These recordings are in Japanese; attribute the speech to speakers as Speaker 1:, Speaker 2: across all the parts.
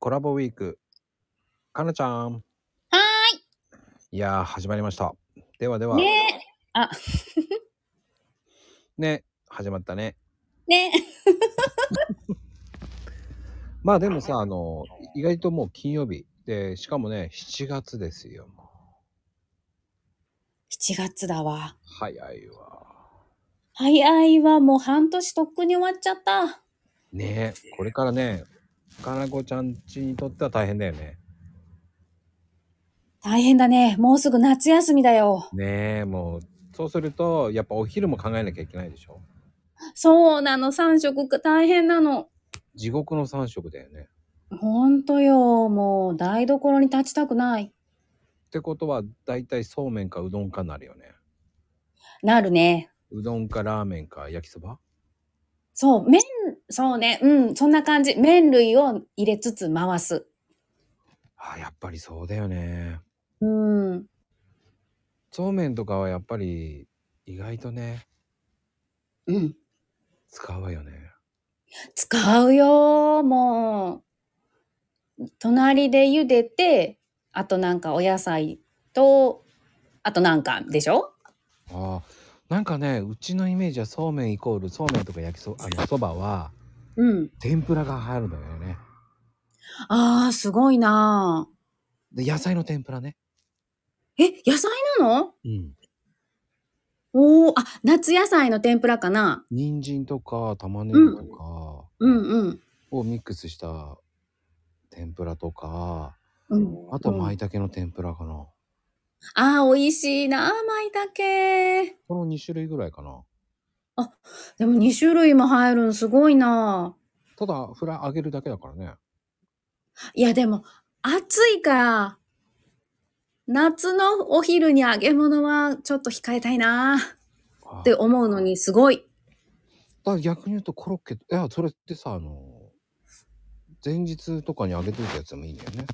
Speaker 1: コラボウィーク。かなちゃん。
Speaker 2: はー
Speaker 1: いやー、始まりました。ではで
Speaker 2: い。
Speaker 1: は、ね、
Speaker 2: ねえ。あ、
Speaker 1: 始まったね。
Speaker 2: ねえ。
Speaker 1: まあでもさ、あの、意外ともう金曜日。で、しかもね、7月ですよ。も
Speaker 2: 7月だわ
Speaker 1: う。早いわ。
Speaker 2: 早いわ。もう半年とっくに終わっちゃった。
Speaker 1: ねえ、これからね、かなこちゃんちにとっては大変だよね。
Speaker 2: 大変だね。もうすぐ夏休みだよ。
Speaker 1: ねえ、もう、そうすると、やっぱお昼も考えなきゃいけないでしょ。
Speaker 2: そうなの。3食か大変なの。
Speaker 1: 地獄の3食だよね。
Speaker 2: ほんとよ。もう台所に立ちたくない。
Speaker 1: ってことは、だいたいそうめんかうどんかになるよね。
Speaker 2: なるね。
Speaker 1: うどんかラーメンか焼きそば
Speaker 2: そう、麺、そうね。うん、そんな感じ。麺類を入れつつ回す。
Speaker 1: あやっぱりそうだよね
Speaker 2: うん。
Speaker 1: そうめんとかはやっぱり意外とね
Speaker 2: うん。
Speaker 1: 使うわよね
Speaker 2: 使うよ。もう。隣で茹でて、あとなんかお野菜と、あとなんかでしょ
Speaker 1: あーなんかねうちのイメージはそうめんイコールそうめんとか焼きそあのそばは
Speaker 2: うん。
Speaker 1: 天ぷらが入るのよね
Speaker 2: ああ、すごいな
Speaker 1: で野菜の天ぷらね
Speaker 2: ーえ、野菜なの
Speaker 1: うん
Speaker 2: おお、あ、夏野菜の天ぷらかな
Speaker 1: 人参とか玉ねぎとか
Speaker 2: うんうん。
Speaker 1: をミックスした天ぷらとか
Speaker 2: うん、
Speaker 1: あと
Speaker 2: うん
Speaker 1: 舞茸の天ぷらかな、
Speaker 2: ああ、美味しいなー、舞茸。
Speaker 1: この2種類ぐらいかな
Speaker 2: でも2種類も入るのすごいな
Speaker 1: ただフライ揚げるだけだからね
Speaker 2: ー。いや、でも、暑いから、夏のお昼に揚げ物はちょっと控えたいなー
Speaker 1: あー
Speaker 2: って思うのにすごい。
Speaker 1: だから逆に言うとコロッケいやそれってさあの前日とかに揚げといたやつでもいいんだよね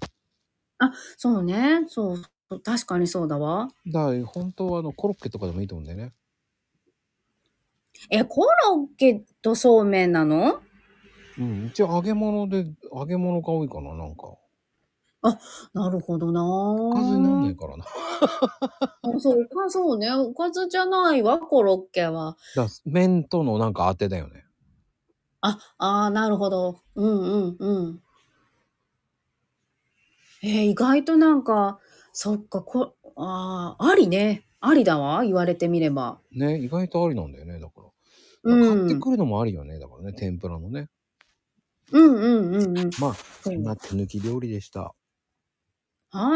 Speaker 2: そうね。そうそう。確かにそうだわ。
Speaker 1: だから本当はあのコロッケとかでもいいと思うんだよね
Speaker 2: え、コロッケとそうめんなの
Speaker 1: うん一応揚げ物で揚げ物が多いかななんか
Speaker 2: なるほどなお
Speaker 1: おかずになんないからなだか
Speaker 2: あそうか、そうね。おかずじゃないわ、コロッケは。
Speaker 1: ら麺とのなんか当てだよね
Speaker 2: あ、あーなるほど。うんうんうん。えー意外となんか、そっか、こ、ああ、ありね。ありだわ、言われてみれば。
Speaker 1: ね意外とありなんだよねだから
Speaker 2: うん。
Speaker 1: 買ってくるのもありよねだからね天ぷらのね
Speaker 2: うんうんうんうん。
Speaker 1: まあ
Speaker 2: そ
Speaker 1: そ
Speaker 2: う
Speaker 1: んな手抜き料理でした
Speaker 2: はい。